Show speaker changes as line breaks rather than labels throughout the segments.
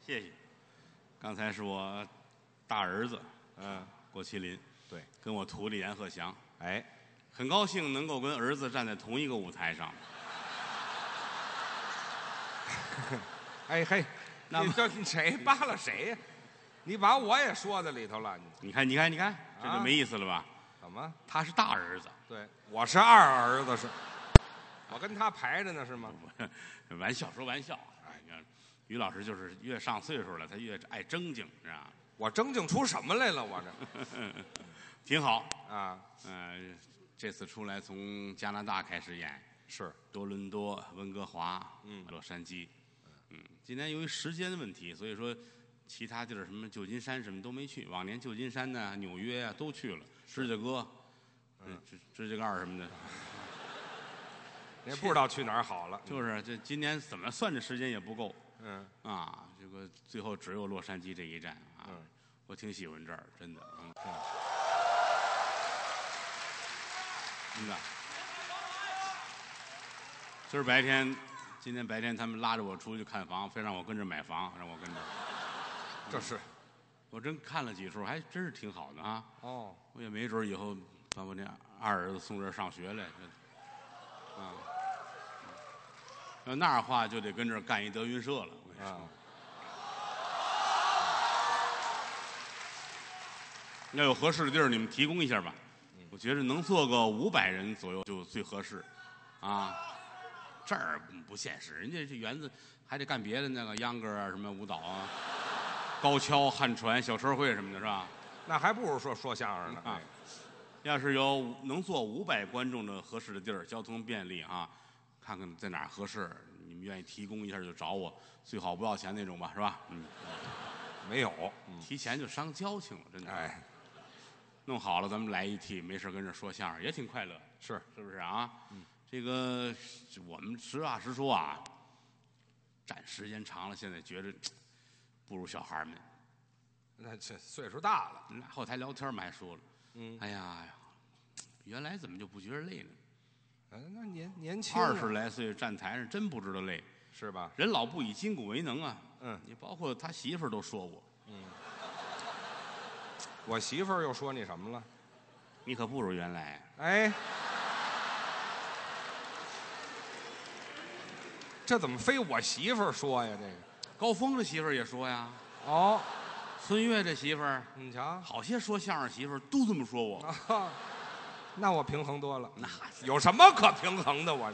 谢谢。刚才是我大儿子，嗯、郭麒麟，
对，
跟我徒弟阎鹤祥，
哎，
很高兴能够跟儿子站在同一个舞台上。
哎嘿，
那
你
么
这你谁扒拉谁呀？你把我也说在里头了，你
你看，你看，你看，这就没意思了吧？
怎么？
他是大儿子，
对，我是二儿子是，我跟他排着呢是吗？
我玩笑说玩笑。哎，你看，于老师就是越上岁数了，他越爱正经，是吧？
我正经出什么来了？我这
挺好。
啊
嗯、这次出来从加拿大开始演，
是
多伦多、温哥华、
嗯
洛杉矶。嗯，今年由于时间的问题，所以说其他地儿什么旧金山什么都没去。往年旧金山呢、纽约啊都去了，芝加哥，嗯，芝芝加盖儿什么的，
也不知道去哪儿好了。
就是这今年怎么算这时间也不够
嗯，
啊。这个最后只有洛杉矶这一站啊，
嗯
我挺喜欢这儿，真的，嗯，真的。今儿白天，今天白天他们拉着我出去看房，非让我跟着买房，让我跟着。
这是
我真看了几处，还真是挺好的啊！
哦，
我也没准儿以后把我那二儿子送这儿上学来，这啊，要嗯那样的话就得跟这儿干一德云社了。我跟你说
啊，
要有合适的地儿，你们提供一下吧。我觉着能坐个五百人左右就最合适，啊，这儿不现实，人家这园子还得干别的那个秧歌啊，什么舞蹈啊，高跷、旱船、小车会什么的，是吧？
那还不如说说相声呢。
啊要是有五能坐五百观众的合适的地儿，交通便利啊，看看在哪儿合适，你们愿意提供一下就找我，最好不要钱那种吧，是吧？嗯，
没有，嗯
提钱就伤交情了，真的。
哎，
弄好了咱们来一替，没事跟这儿说相声也挺快乐，
是
是不是啊？这个我们实话实说啊，站时间长了，现在觉着不如小孩儿们。
那这岁数大了，
那后台聊天儿嘛还说了，
嗯，
哎呀，原来怎么就不觉着累呢？
嗯那年年轻啊
二十来岁站台上真不知道累，
是吧？
人老不以筋骨为能啊。
嗯，
你包括他媳妇儿都说我，
我媳妇儿又说你什么了？
你可不如原来。啊
哎，这怎么非我媳妇儿说呀？这个
高峰的媳妇儿也说呀，
哦，
孙越这媳妇儿，
你瞧
好些说相声媳妇儿都这么说我。
啊，那我平衡多了。
那
有什么可平衡的？我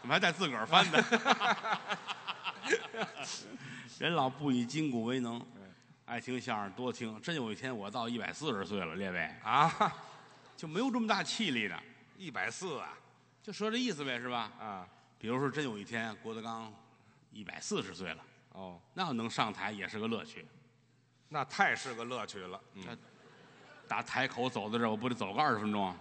怎么还带自个儿翻 的？人老不以筋骨为能，
嗯
爱听相声多听。真有一天我到一百四十岁了，列位
啊，
就没有这么大气力了，
一百四啊
就说这意思呗，是吧？
啊
比如说，真有一天郭德纲一百四十岁了，
哦，
那能上台也是个乐趣。
那太是个乐趣了。嗯，
打台口走到这儿，我不得走个二十分钟啊？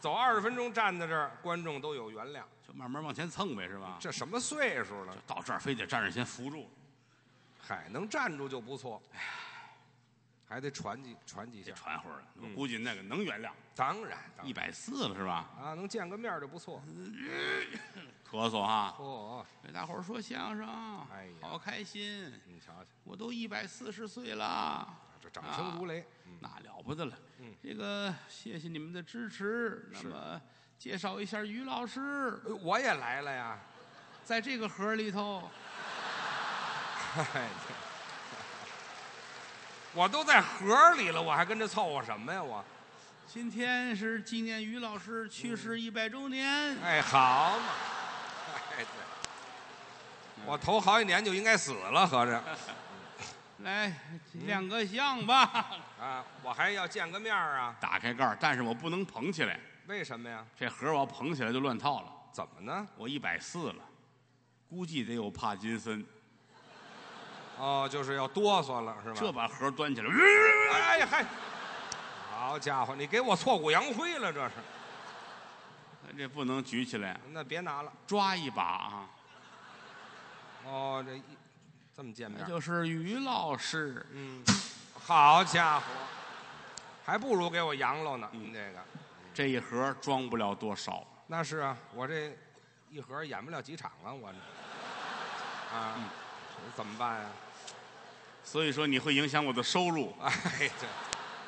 走二十分钟站在这儿，观众都有原谅。
就慢慢往前蹭呗，是吧？
这什么岁数了
就？到这儿非得站着先扶住，
嗨，能站住就不错。还得传几传几
得
下。
喘会儿啊。我估计那个能原谅，
当然，嗯当
一
然嗯
百四了是吧？
啊，能见个面儿就不错。
咳嗽啊！
哦，
给大伙儿说相声，
哎呀
好开心！
你瞧瞧，
我都一百四十岁了，
这掌声如雷。嗯
那了不得了。
嗯
这个谢谢你们的支持。那
是
么介绍一下于老师，
哎我也来了呀！
在这个盒里头，
哎 我都在盒里了，我还跟着凑合什么呀？我
今天是纪念于老师去世一百周年。
哎，好嘛，哎，对，我头好几年就应该死了，合着
来亮个相吧。
啊，我还要见个面儿啊？
打开盖儿，但是我不能捧起来，
为什么呀？
这盒儿我要捧起来就乱套了。
怎么呢？
我一百四了，估计得有帕金森。
哦，就是要哆嗦了，是吧？
这把盒儿端起来，
哎呀嗨，好家伙，你给我挫骨扬灰了，这是？
这不能举起来，啊
那别拿了。
抓一把啊！
哦，这一这么见面
那
儿，
就是于老师，
嗯，好家伙，还不如给我洋喽呢。
嗯
您这个
这一盒儿装不了多少。
那是啊，我这一盒演不了几场了，我这啊，怎么办呀？
所以说你会影响我的收入，
哎，这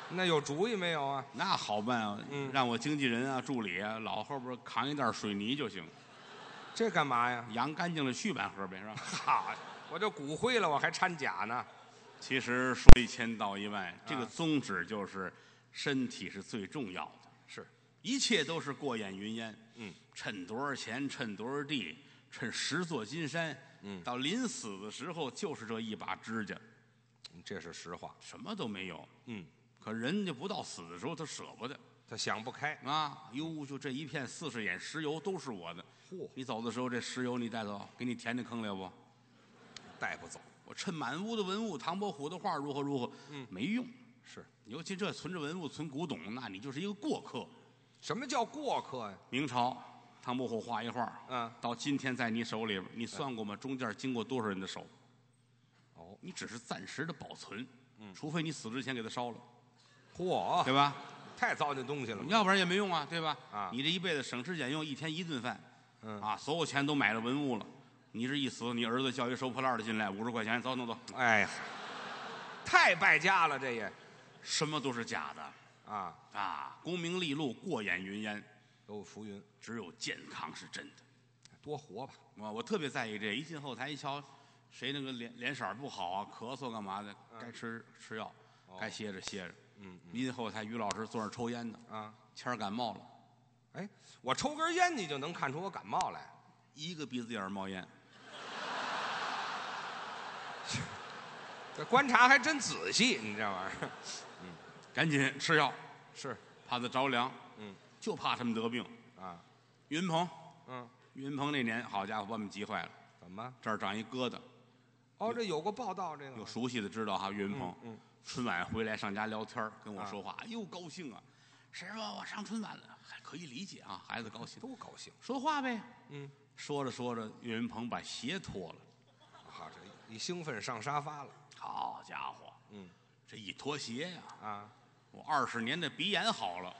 那有主意没有啊？
那好办啊，
嗯
让我经纪人啊、助理啊老后边扛一袋水泥就行，
嗯这干嘛呀？
扬干净了续半盒呗，是吧？
哈，我这骨灰了，我还掺假呢。
其实说一千道一
啊
万，这个宗旨就是身体是最重要的，
是，
一切都是过眼云烟。
嗯，
趁多少钱，趁多少地，趁十座金山。
嗯
到临死的时候就是这一把指甲，
这是实话。
什么都没有。
嗯，
可人家不到死的时候，他舍不得
他想不开。
啊！哟，就这一片四十眼石油都是我的。
嚯
你走的时候，这石油你带走，给你填那坑里不？
带不走。
我趁满屋的文物，唐伯虎的画如何如何？嗯，没用。
是，
尤其这存着文物、存古董，那你就是一个过客。
什么叫过客呀？
明朝唐伯虎画一画，
嗯
到今天在你手里边，你算过吗？中间经过多少人的手？
哦，
你只是暂时的保存，嗯，除非你死之前给它烧了，
嚯，
对吧？
太糟践东西了。
要不然也没用啊，对吧？
啊
你这一辈子省吃俭用，一天一顿饭，
嗯
啊，所有钱都买了文物了。你这一死，你儿子叫一收破烂的进来，五十块钱，走走走，
哎呀，太败家了，这也
什么都是假的
啊，
啊！功名利禄过眼云烟，
都浮云，
只有健康是真的。
多活吧。
我我特别在意这，一进后台一瞧，谁那个脸脸色儿不好啊，咳嗽干嘛的，该吃吃药，该歇着歇着。
哦嗯
一进后台，于老师坐那儿抽烟呢，
啊，
谦儿感冒了，
哎，我抽根烟，你就能看出我感冒来。
一个鼻子眼儿冒烟。
这观察还真仔细，你这玩意儿
赶紧吃药，
是
怕他着凉。
嗯，
就怕他们得病。
啊，
岳云鹏，
嗯，
岳云鹏那年，好家伙，把我们急坏了，
怎么？
这儿长一疙瘩。
哦，这有过报道，这个
有熟悉的知道哈，岳云鹏。
嗯啊嗯
春晚回来上家聊天儿跟我说话，哎呦高兴啊！师傅，我上春晚了，还可以理解啊，孩子高兴。
都高兴。
说话呗。
嗯，
说着说着，岳云鹏把鞋脱了。
啊，这一兴奋上沙发了。
好家伙，
嗯
这一脱鞋呀、
啊，
我二十年的鼻炎好了。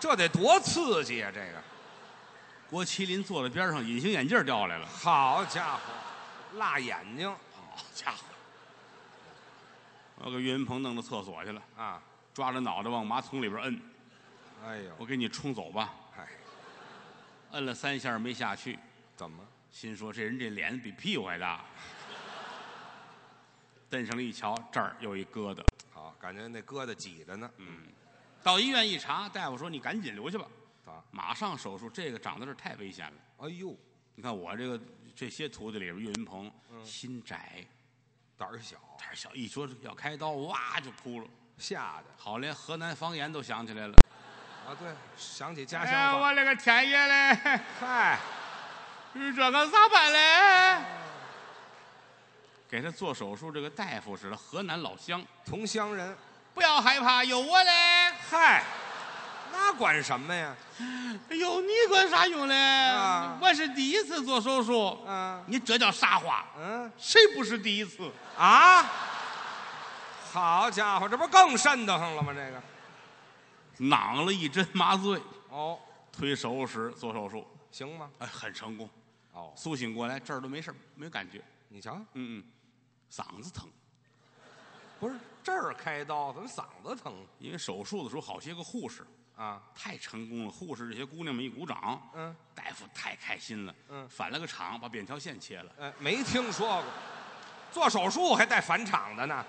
这得多刺激啊！这个，
郭麒麟坐在边上，隐形眼镜掉下来了。
好家伙，辣眼睛
好家伙！我给岳云鹏弄到厕所去了，
啊！
抓着脑袋往马桶里边摁。
哎呦，
我给你冲走吧，
哎，
摁了三下没下去，
怎么？
心说这人这脸比屁股还大。蹬上了一瞧，这儿有一疙瘩。
好，感觉那疙瘩挤着呢。嗯
到医院一查，大夫说你赶紧留下吧，
啊，
马上手术。这个长在这儿太危险了。
哎呦，
你看我这个这些徒弟里边，岳云鹏、心窄，
胆儿小，
胆儿小，一说要开刀，哇就哭了。
吓的
好，连河南方言都想起来了。
啊！对，想起家
哎
乡
呀，
话，
我勒个天爷嘞！
哎嗨，
是这个咋办嘞？给他做手术，这个大夫是他河南老乡，
同乡人，
不要害怕，有我嘞。
嗨，那管什么呀？
有你管啥用嘞？
啊
我是第一次做手术，
嗯
你这叫啥话？
嗯
谁不是第一次？
啊，好家伙，这不更瘆得慌了吗？这个
囊了一针麻醉，
哦，
推手术室做手术，
行吗？
哎，很成功，
哦，
苏醒过来，这儿都没事儿没感觉。
你瞧，
嗯嗯，嗓子疼，
不是这儿开刀，怎么嗓子疼
因为手术的时候好些个护士
啊？
太成功了，护士这些姑娘们一鼓掌，
嗯，
大夫太开心了，
嗯
反了个场，把扁条线切了。
呃，没听说过，做手术还带返场的呢。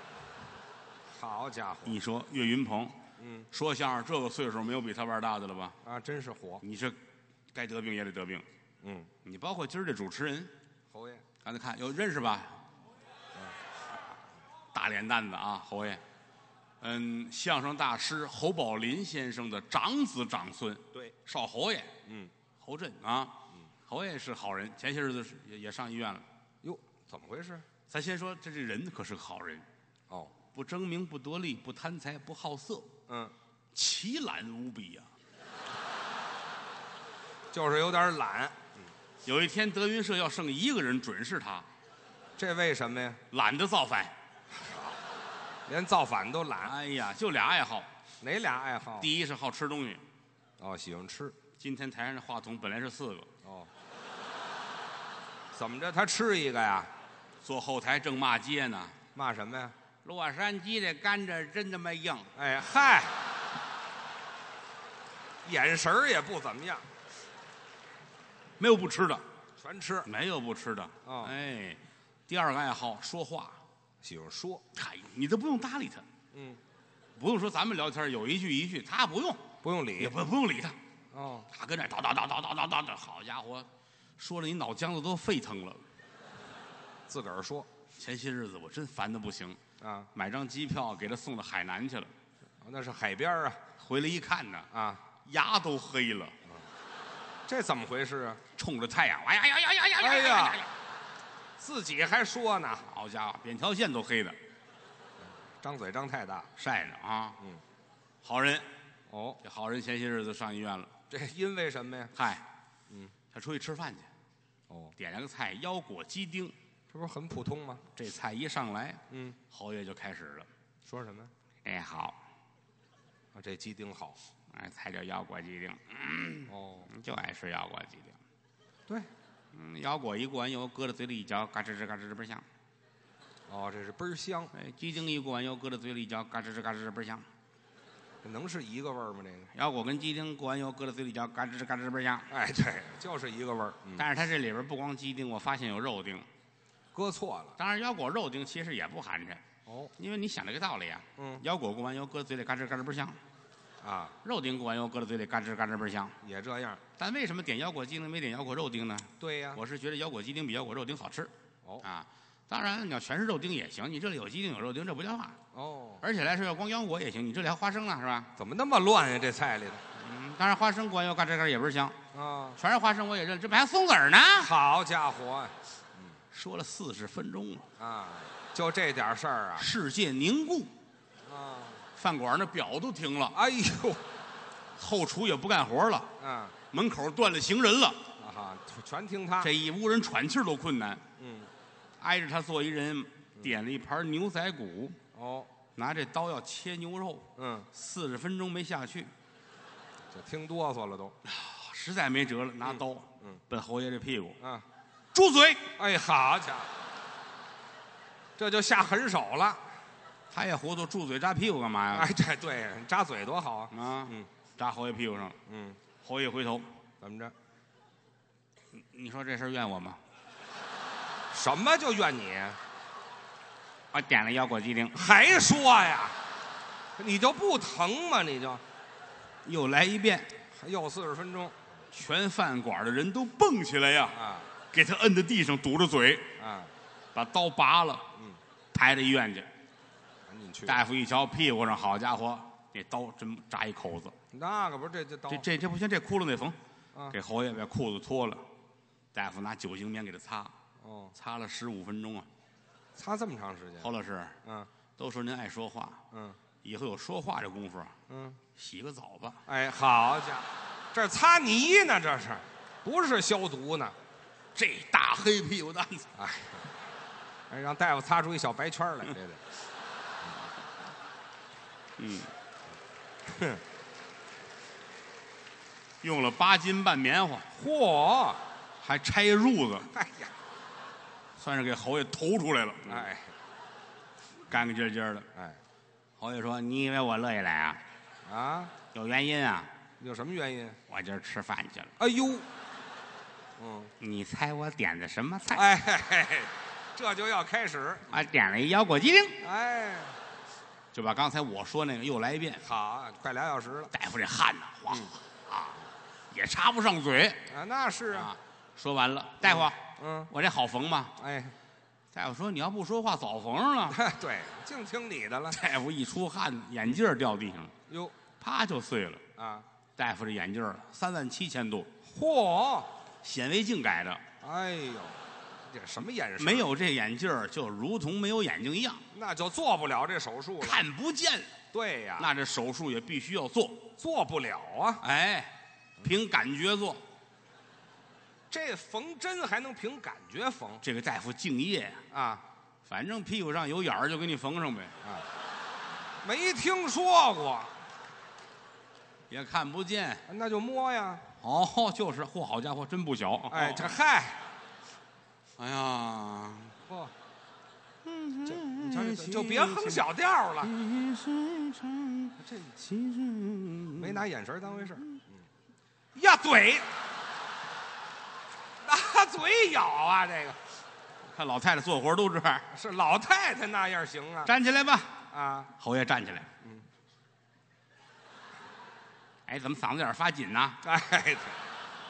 好家伙，
你说岳云鹏
嗯
说相声这个岁数没有比他腕儿大的了吧？
啊，真是火，
你这该得病也得得病。
嗯，
你包括今儿这主持人，
侯爷，
刚才看有认识吧？大脸蛋子啊，侯爷，嗯，相声大师侯宝林先生的长子长孙
对，
少侯爷
嗯，
侯震啊，侯爷是好人，前些日子是也也上医院了。
哟，怎么回事？
咱先说这这人可是个好人，
哦，
不争名，不夺利，不贪财，不好色，
嗯，
奇懒无比呀、
就是有点懒，
有一天德云社要剩一个人，准是他，
这为什么呀？
懒得造反。
连造反都懒，
哎呀，就俩爱好，
哪俩爱好？
第一是好吃东西。
哦，喜欢吃，
今天台上的话筒本来是四个，
哦，怎么着？他吃一个呀？
坐后台正骂街呢。
骂什么呀？
洛杉矶这甘蔗真他妈硬，
哎嗨，眼神儿也不怎么样，
没有不吃的，
全吃，
没有不吃的。
哦
哎，第二个爱好说话，
喜欢说，
嗨，你都不用搭理他，
嗯，
不用说咱们聊天有一句一句，他不用，
不用
也
理。
不不用理他，
哦，
他跟那叨叨叨叨叨叨叨叨，好家伙，说的你脑浆子都沸腾了。
自个儿说
前些日子我真烦的不行，
啊，
买张机票给他送到海南去了，
那是海边儿啊
回来一看呢，
啊，
牙都黑了，
这怎么回事啊？
冲着太阳，哎呀呀呀呀呀呀呀呀！
自己还说呢，
好家伙，扁条线都黑的，
张嘴张太大。
晒着啊。
嗯，
好人，
哦，
这好人前些日子上医院了。
这因为什么呀？
嗨，
嗯，
他出去吃饭去，
哦，
点了个菜腰果鸡丁，
这不是很普通吗？
这菜一上来，
嗯，
侯爷就开始了。
说什么呀？
哎，好，
啊，这鸡丁好。
哎，菜叫腰果鸡丁，
哦，
你就爱吃腰果鸡丁。
对，
嗯，腰果一过完油，搁到嘴里一嚼，嘎吱吱嘎吱吱倍儿香。
哦，这是倍儿香，
哎，鸡丁一过完油，搁到嘴里一嚼，嘎吱吱嘎吱吱倍儿香。
这能是一个味儿吗？这个？
腰果跟鸡丁过完油，搁到嘴里嚼，嘎吱吱嘎吱吱倍儿香。
哎，对，就是一个味儿。嗯，
但是它这里边不光鸡丁，我发现有肉丁。
搁错了。
当然，腰果肉丁其实也不寒碜，
哦，
因为你想这个道理啊。
嗯
腰果过完油搁嘴里嘎吱嘎吱倍儿香，
啊，
肉丁过完油搁到嘴里嘎吱嘎吱倍儿香。
也这样。
但为什么点腰果鸡丁没点腰果肉丁呢？
对呀、
我是觉得腰果鸡丁比腰果肉丁好吃
哦
啊。当然，你要全是肉丁也行，你这里有鸡丁有肉丁，这不叫话。
哦，
而且来说，要光腰果也行，你这里还花生呢，是吧？
怎么那么乱呀、这菜里头
嗯，当然花生过完油嘎吱嘎吱也倍儿香，
啊，
全是花生我也认，这不还松子儿呢？
好家伙
说了四十分钟了，
啊，就这点事儿啊
世界凝固，
啊，
饭馆那表都停了，
哎呦，
后厨也不干活了。
啊
门口断了行人了，
啊哈，全听他。
这一屋人喘气儿都困难。
嗯，
挨着他坐一人，点了一盘牛仔骨，
哦，
拿这刀要切牛肉，
嗯，
四十分钟没下去，
这听哆嗦了都。
实在没辙了，拿刀，
嗯嗯
奔侯爷这屁股，
啊，
住嘴！
哎，好家伙，这就下狠手了。
他也糊涂，住嘴扎屁股干嘛
哎
呀？，
这对呀扎嘴多好啊。
啊，
嗯
扎侯爷屁股上了。
嗯，
侯爷回头，
怎么着？
你说这事儿怨我吗？
什么就怨你？啊
我点了腰果鸡丁，
还说呀？你就不疼吗？你就
又来一遍，
还要四十分钟
全饭馆的人都蹦起来呀，
啊
给他摁在地上堵着嘴，
啊！
把刀拔了，
嗯
抬到医院去。
赶紧去。
大夫一瞧，屁股上好家伙，那刀真扎一口子，
那可不是这这刀
这这这不行，这窟窿得缝。
哦啊
给侯爷把裤子脱了，大夫拿酒精棉给他擦，
哦，
擦了十五分钟啊。
哎擦这么长时间。
侯老师，
嗯
都说您爱说话，
嗯
以后有说话这功夫啊，
嗯，
洗个澡吧。
哎，好家伙，这擦泥呢，这是，不是消毒呢？
这大黑屁股蛋子，
哎，哎，让大夫擦出一小白圈来，这得。
嗯，用了八斤半棉花，
嚯！
还拆褥子，
哎呀，
算是给侯爷投出来了。，
哎
干干净净的。
哎
侯爷说：“你以为我乐意来啊？
啊，
有原因啊。”
有什么原因？
我今儿吃饭去了，
哎呦，嗯，
你猜我点的什么菜？
哎，嘿嘿嘿这就要开始。
我点了一腰果鸡丁，
哎，
就把刚才我说那个又来一遍。
好啊，快俩小时了
大夫这汗呐，哗、
嗯
啊，也插不上嘴
啊，那是啊，
啊。说完了，大夫，
嗯，
我这好缝吗？
哎，
大夫说你要不说话早缝上了。
对，净听你的了。
大夫一出汗，眼镜儿掉地上了，
哟
啪就碎了。
啊，
大夫这眼镜三万七千度，
嚯，
显微镜改的，
哎呦，这什么眼神？
没，有这眼镜儿就如同没有眼睛一样，
那就做不了这手术了。
看不见。
对呀，
那这手术也必须要做。
做不了啊。
哎，凭感觉做。
这缝针还能凭感觉缝
这个大夫敬业呀，
啊？
反正屁股上有眼儿就给你缝上呗，
没听说过，
也看不见。
那就摸呀。
哦， 就是，
哦
嚯，好家伙，真不小。
哎，
哦
这嗨，
哎呀，
嚯，这你瞧这，就别嗯哼小调了，这没拿眼神当回事儿。嗯呀，嘴， 拿嘴咬啊，这个
看老太太做活都这样，
是老太太那样行啊
站起来吧，
啊！
侯爷站起来。哎，怎么嗓子眼儿发紧呢？
哎，对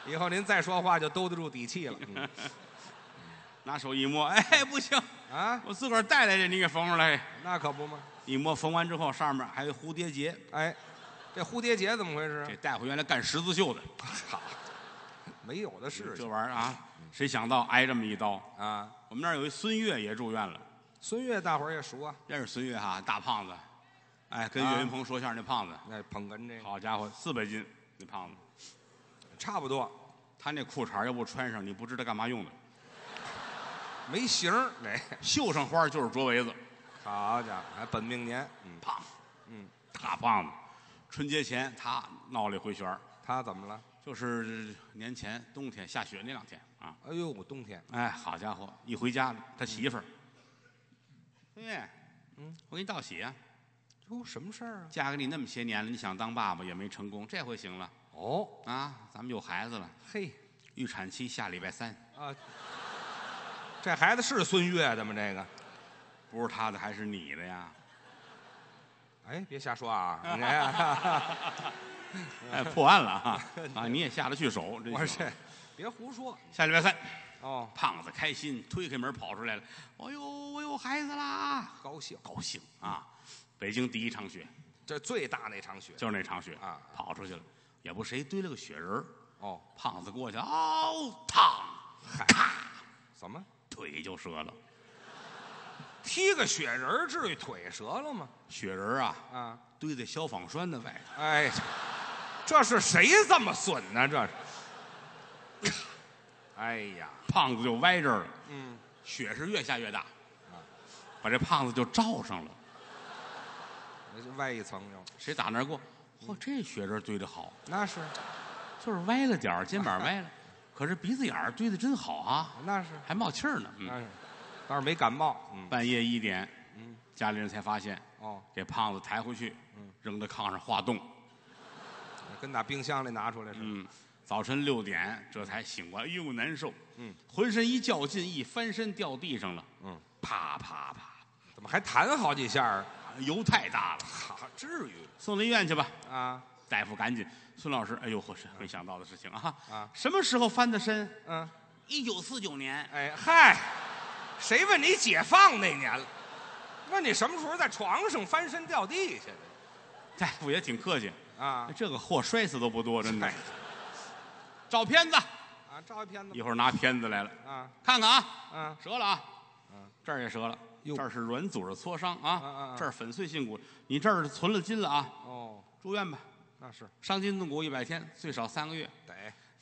以后您再说话就兜得住底气了。嗯
拿手一摸， 哎，不行，
啊，
我自个儿带来的，你给缝上来。
那可不嘛！
一摸缝完之后，上面还有蝴蝶结，
哎，这蝴蝶结怎么回事啊
这？带回原来干十字绣的，
好，没有的事
这
情
玩意儿啊，谁想到挨这么一刀？
啊！
我们那儿有一孙越也住院了，
孙越大伙儿也熟啊，
认识孙越哈，大胖子，哎，跟岳云鹏说相声那胖子，
那捧哏这个
好家伙，四百斤那胖子，
差不多，
他那裤衩儿要不穿上，你不知道干嘛用的，
没形儿。哎，
绣上花儿就是捉围子，
好家伙，还本命年，嗯，
胖，嗯，大胖子。春节前他闹了一回旋儿
他怎么了？
就是年前冬天下雪那两天啊，
哎呦，我冬天
哎，好家伙，一回家他媳妇儿，哎，
嗯，
我给你道喜啊，
哟，什么事儿啊？
嫁给你那么些年了，你想当爸爸也没成功，这回行了
哦，
啊，咱们有孩子了，
嘿，
预产期下礼拜三，
啊，这孩子是孙越的吗？这个，
不是他的还是你的 呀？
哎，别瞎说啊！你看
哎，破案了 哈啊！你也下得去手，真
我
行啊
这别胡说
下礼拜三，
哦，
胖子开心推开门跑出来了，哎呦，我有孩子啦，
高兴。
高兴啊！北京第一场雪
这最大那场雪
就是那场雪
啊
跑出去了，也不谁堆了个雪人儿，
哦，
胖子过去，嗷，烫，
嗨，怎么
腿就折了。
踢个雪人儿至于腿折了吗？
雪人儿啊，
啊，
堆在消防栓的外头，
哎，这是谁这么损呢、这是，哎呀，
胖子就歪这儿了。
嗯，
雪是越下越大，把这胖子就罩上了。
外一层又
谁打那儿过？嚯，这雪人儿堆的好，
那是
就是歪了点儿，肩膀歪了，可是鼻子眼儿堆的真好啊，
那是
还冒气儿呢。嗯，
那是，倒是没感冒。嗯，
半夜一点，家里人才发现，
哦，
给胖子抬回去，扔到炕上化冻。
跟打冰箱里拿出来似的。
嗯，早晨六点这才醒过来，哎呦难受，
嗯，
浑身一较劲，一翻身掉地上了，
嗯，
啪啪啪，
怎么还弹好几下儿？
油太大了，
好，至于
送到医院去吧。
啊？
大夫赶紧，孙老师，哎呦，我是没想到的事情啊！
啊
什么时候翻的身？
嗯，
一九四九年，
哎嗨，谁问你解放那年了？问你什么时候在床上翻身掉地下的
大夫也挺客气，哎
啊？
这个货摔死都不多，真的
哎。
照片子，
啊，照一片子
一会儿拿片子来了，
啊
看看啊，
啊，
折了啊，这儿也折了，
嗯哟
这儿是软组织挫伤
啊啊
啊
啊，
这儿粉碎性骨，你这儿存了筋了啊，
哦，
住院吧，
那是
伤筋动骨一百天，最少三个月。
得，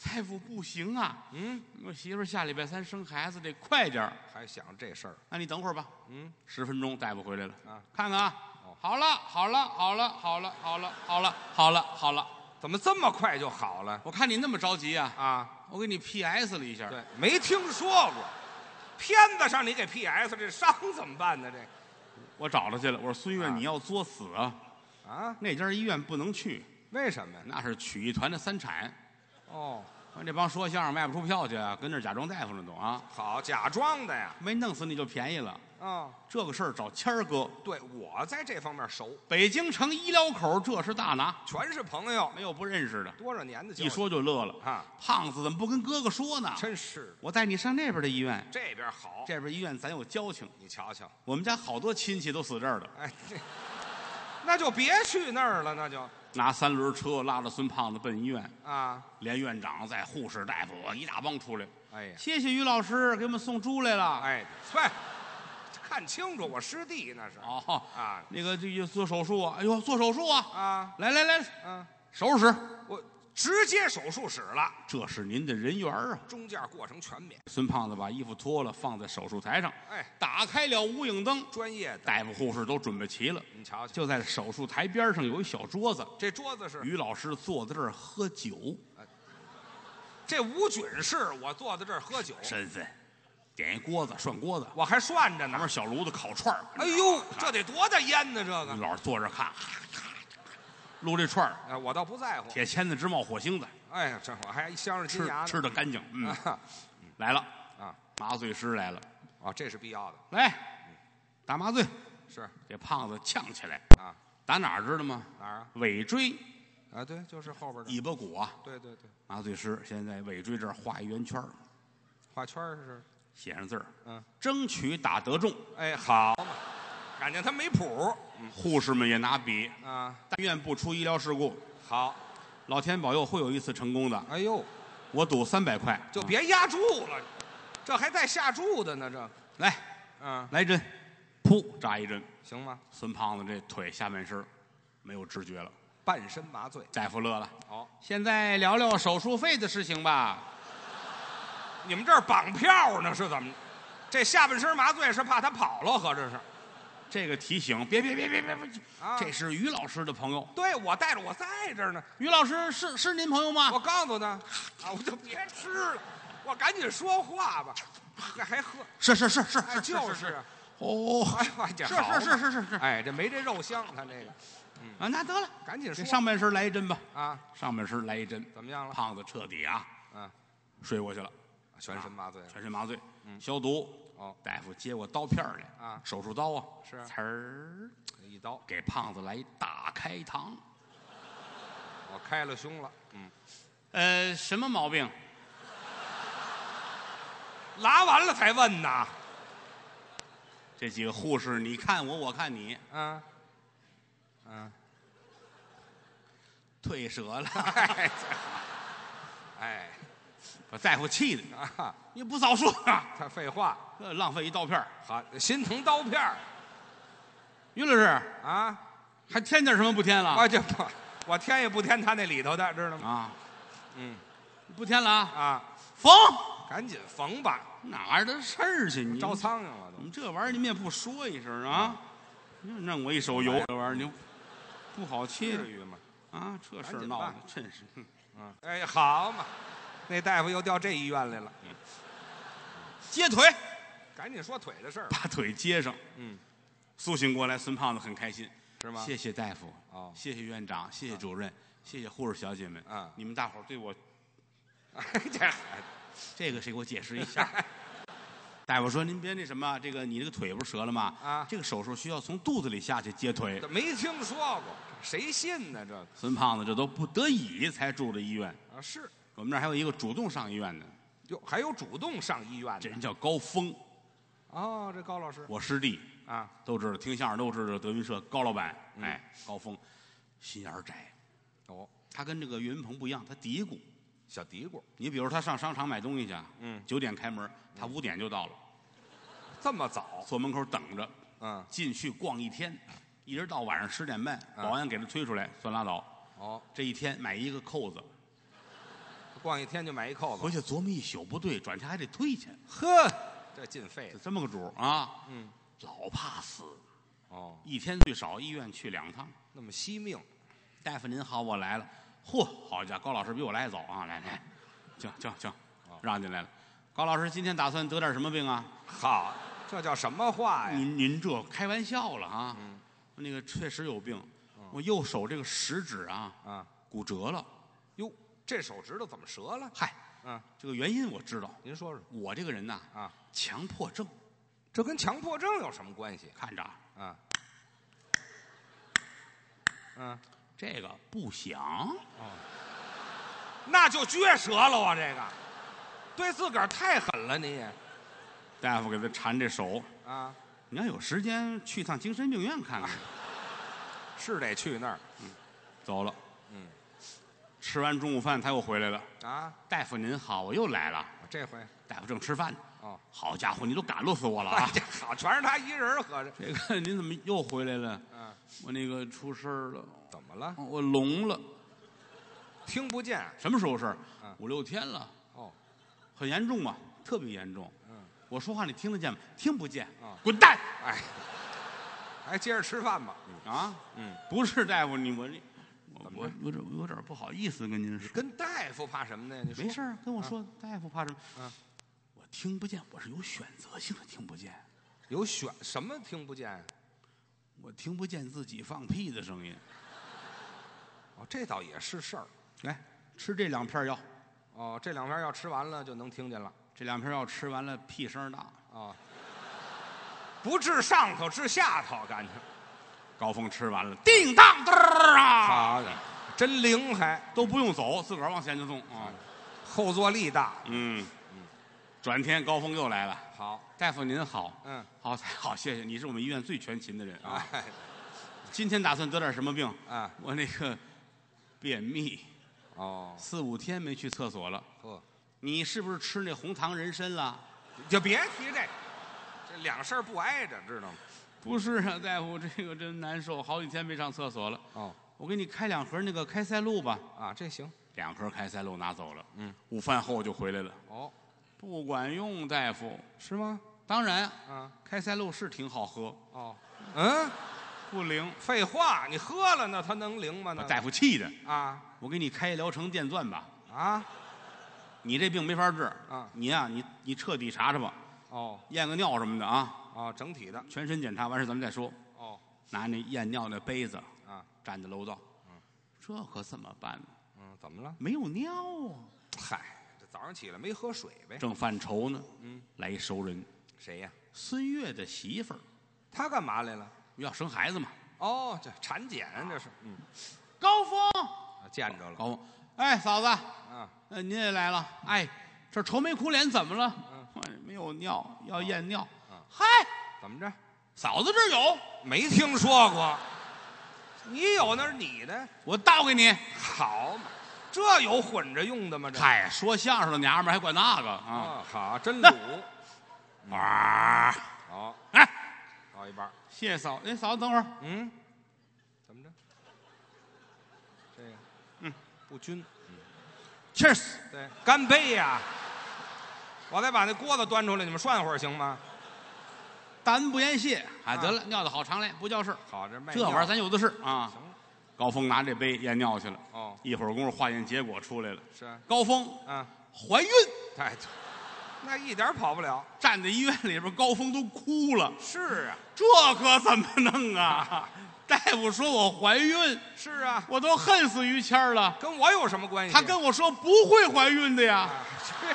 大夫不行啊，
嗯，
我媳妇儿下礼拜三生孩子，得快点儿。
还想这事儿，
那你等会儿吧，
嗯，
十分钟大夫回来了，
啊
看看啊
哦，
好了，好了，好了，好了，好了，好了，好了，好了，
怎么这么快就好了
我看你那么着急啊，
啊？
我给你 PS 了一下，
对，没听说过，片子上你给 PS 这伤怎么办呢？这
我找他去了，我说孙越
啊
你要作死啊，
啊？
那家医院不能去，
为什么呀？
那是曲艺团的三产，
哦，
我这帮说相声卖不出票去啊，跟那儿假装大夫呢都啊，
好，假装的呀。
没弄死你就便宜了。
哦，
这个事儿找谦儿哥，
对我在这方面熟，
北京城医疗口这是大拿，
全是朋友，
没有不认识的。
多少年的交
一说就乐了
情啊，
胖子怎么不跟哥哥说呢？
真是
我带你上那边的医院，
这边好，
这边医院咱有交情。
你瞧瞧，
我们家好多亲戚都死这儿了，
哎，这那就别去那儿了，那就
拿三轮车拉着孙胖子奔医院，
啊，
连院长在护士大夫一大帮出来。
哎呀，
谢谢于老师给我们送猪来了。
哎，喂，看清楚，我师弟那是
哦，
啊
那个这个做手术啊，哎呦做手术啊，
啊
来来来，
啊！
收拾。
我直接手术室了，
这是您的人缘啊！
中间过程全免，
孙胖子把衣服脱了，放在手术台上，
哎，
打开了无影灯，
专业的，
大夫护士都准备齐了。
你瞧瞧，
就在手术台边上有一小桌子，
这桌子是
于老师坐在这儿喝酒，
这无菌室，我坐在这儿喝酒，
身份点一锅子涮锅子，
我还涮着
拿
呢。
点小炉子烤串儿，
哎呦，这得多大烟呢？这个，
老是坐着看，撸这串儿，
哎，我倒不在乎。
铁签子直冒火星子，
哎呀，这我还镶着金
吃
牙呢。
吃的干净。嗯，
啊
来了，
啊
麻醉师来了，
啊，这是必要的，
来打麻醉，
是
给胖子呛起来，
啊，
打哪儿知道吗？
哪儿啊？
尾椎、
啊，对，就是后边的。
尾巴骨啊。
对对对，
麻醉师现在尾椎这儿画一圆圈儿，
画圈儿是。
写上字儿，
嗯，
争取打得中。
哎，好嘛，感觉他没谱
护士们也拿笔，
啊。
但愿不出医疗事故，
好，
老天保佑会有一次成功的。
哎呦，
我赌三百块，
就别压住了，这还带下注的呢，这，
来
嗯，
来一针，噗扎一针。
行吗？
孙胖子这腿下半身儿没有知觉了，
半身麻醉，
大夫乐了。
好、
现在聊聊手术费的事情吧。
你们这儿绑票呢是怎么？这下半身麻醉是怕他跑了，合着是？
这个提醒，别别别别别别，
啊
这是于老师的朋友。
对，我带着我在这儿呢，
于老师是是您朋友
我
吗？
告诉他， 啊，我就别吃了，我赶紧说话吧，这还喝，
是是是是
哎，
啊是
就是是，
是哦，
哎呀，这
是
好
是
嘛
是是是是
哎，这没这肉香，看这个，
啊，那得了，
赶紧
这
说
上半身来一针吧，
啊，
上半身来一针，
怎么样了？
胖子彻底啊
嗯，
睡过去了，
全身麻醉了，
全身麻醉，消毒。
哦，
大夫接过刀片儿来
啊
手术嗯刀啊，
是
呲儿
啊一刀，
给胖子来一大开膛。
我开了胸了，嗯，
呃，什么毛病？
拉完了才问呐，
这几个护士，你看我，我看你，
嗯，嗯，
退舍 了。
哎，哎，
把大夫气的，
啊，
你不早说啊，
他废话，
这浪费一刀片儿。
好，心疼刀片儿
于老师哎
啊，
还添点什么不添了
啊，？这不，我添也不添他那里头的，知道吗？
啊，
嗯，
不添了啊，
啊，
缝
赶紧缝吧，
哪儿的事儿去？你
招苍蝇了
你
都。
们这玩意儿你们也不说一声啊？你让我一手油，这玩意儿你不好
哎至
切
于吗？
啊！这事儿闹的真是，哼
嗯，哎，好嘛，那大夫又调这医院来了，
接腿
赶紧说腿的事儿吧，
把腿接上。
嗯，
苏醒过来，孙胖子很开心，
是吗？
谢谢大夫，
哦嗯
谢谢院长，谢谢主任，谢谢护士小姐们
啊，
你们大伙儿对我
哎，这孩子
这个谁给我解释一下？大夫说：“您别那什么，这个你这个腿不是折了吗？
啊
这个手术需要从肚子里下去接腿
这。没听说过，谁信呢？这个”
孙胖子这都不得已才住的医院。
啊是，
我们这儿还有一个主动上医院的，
哟，还有主动上医院
这人
的。
叫高峰，
哦，这高老师
我师弟，
啊，
都知道，听相声都知道德云社高老板，
嗯
哎，高峰，心眼儿窄，
哦，
他跟这个岳云鹏不一样，他嘀咕。
小嘀咕，
你比如他上商场买东西去啊，
嗯
九点开门，他五点就到了，
这么早，
坐门口等着，
嗯，
进去逛一天，一直到晚上十点半，保安给他推出来，算拉倒。
哦，
这一天买一个扣子，
逛一天就买一扣
回
子，
去琢磨一宿不对，转天还得退去，
呵，这进费
就这么个主儿啊。
嗯，
老怕死，
哦，
一天最少医院去两趟。
那么惜命，
大夫您好，我来了。嚯，好家伙，高老师比我来得早啊！来来，请请请，
哦
让进来了。高老师今天打算得点什么病啊？
好，这叫什么话呀？嗯
您您这开玩笑了啊！那个确实有病，我右手这个食指啊
啊，
骨折了。
哟，这手指头怎么折了？
嗨，
嗯，
这个原因我知道，
您说说
我这个人呐，
啊，
强迫症，
这跟强迫症有什么关系
看着啊
啊？嗯，
这个不响，
那就撅折了啊！这个，对自个儿太狠了，你也
大夫给他缠这手，
啊，
你要有时间去趟精神病院看看。
是得去那儿
走了，
嗯，
吃完中午饭他又回来了，
啊。
大夫您好，我又来了。
这回
大夫正吃饭呢，
哦，
好家伙，你都赶路死我了
哎
啊！
这好，全是他一人儿合着。
哎这个您怎么又回来了？
嗯，
我那个出事儿了，
怎么了？
我聋了。
听不见。
什么时候事儿
嗯？
五六天了，
哦，
很严重吗？特别严重。
嗯，
我说话你听得见吗？听不见
啊。
滚蛋
哎，还接着吃饭吧。
啊！
嗯，
不是大夫，你我这我
怎么
我有
着
点有点不好意思跟您说。嗯
跟大夫怕什么呢？你说
啊没事，儿，跟我说，大夫怕什么？
嗯，
我听不见，我是有选择性的听不见，
有选什么听不见？啊
我听不见自己放屁的声音。
哦，这倒也是事儿。
来，吃这两片药，
哦，这两片药吃完了就能听见了。
这两片药吃完了，屁声大，
哦，不治上头治下头，感觉
高峰吃完了，叮当嘚儿啊，
好的，真灵还
都不用走，自个儿往前就送啊。
后坐力大。
嗯，转天高峰又来了，
好，
大夫您好，
嗯，
好 太好，谢谢，你是我们医院最全勤的人啊。
哎，
今天打算得点什么病？
啊，
我那个便秘，
哦，
四五天没去厕所了。
呵，
你是不是吃那红糖人参了？
就别提这，这两事儿不挨着，知道吗？
不是啊， 大夫，这个真难受，好几天没上厕所了。
哦，
我给你开两盒那个开塞露吧。
啊，这行，
两盒开塞露拿走了。
嗯，
午饭后我就回来了。
哦，
不管用，大夫。
是吗？
当然，
啊，
开塞露是挺好喝，
哦，嗯，
不灵。
废话，你喝了那它能灵吗？
把
那
大夫气的，
啊
我给你开疗程电钻吧。
啊，
你这病没法治
啊
你呀、你你彻底查查吧，
哦
验个尿什么的啊，
哦，整体的，
全身检查完事咱们再说。
哦
拿那验尿那杯子
啊，
站在楼道，这可怎么办呢？
嗯，怎么了？
没有尿啊，
嗨，这早上起来没喝水呗？
正犯愁呢。
嗯，
来一熟人，
谁呀？
孙越的媳妇儿
他干嘛来了？
要生孩子嘛。
哦，这产检啊这是，嗯，
高峰，
啊见着了，
高峰，哎，嫂子，
啊，
呃，您也来了，哎，这愁眉苦脸怎么了？
嗯
我这没有尿，要验尿
啊。
嗨，
怎么着？
嫂子这儿有，
没听说过，你有那是你的，
我倒给你。
好嘛，这有混着用的吗？这
嗨，说相声的娘们儿还管那个啊？
啊，好，真卤，嗯
哇，
好，
哎，
倒一半儿，
谢谢嫂，哎，嫂子等会儿，
嗯，怎么着？这个，
嗯，
不均，
Cheers！
对，干杯呀！我再把那锅子端出来，你们涮会儿行吗？
大恩不言谢。哎，
啊
得了，尿的好常来，不叫事儿。
好，这卖
这玩意儿咱有的是啊。
行了，
高峰拿这杯验尿去了，
哦，
一会儿功夫化验结果出来了，
是啊，
高峰
啊，
怀孕，
太对，那一点儿跑不了。
站在医院里边，高峰都哭了。
是啊，
这可怎么弄啊？大夫说我怀孕，
是啊，
我都恨死于谦儿了。
跟我有什么关系？啊
他跟我说不会怀孕的呀，
啊，这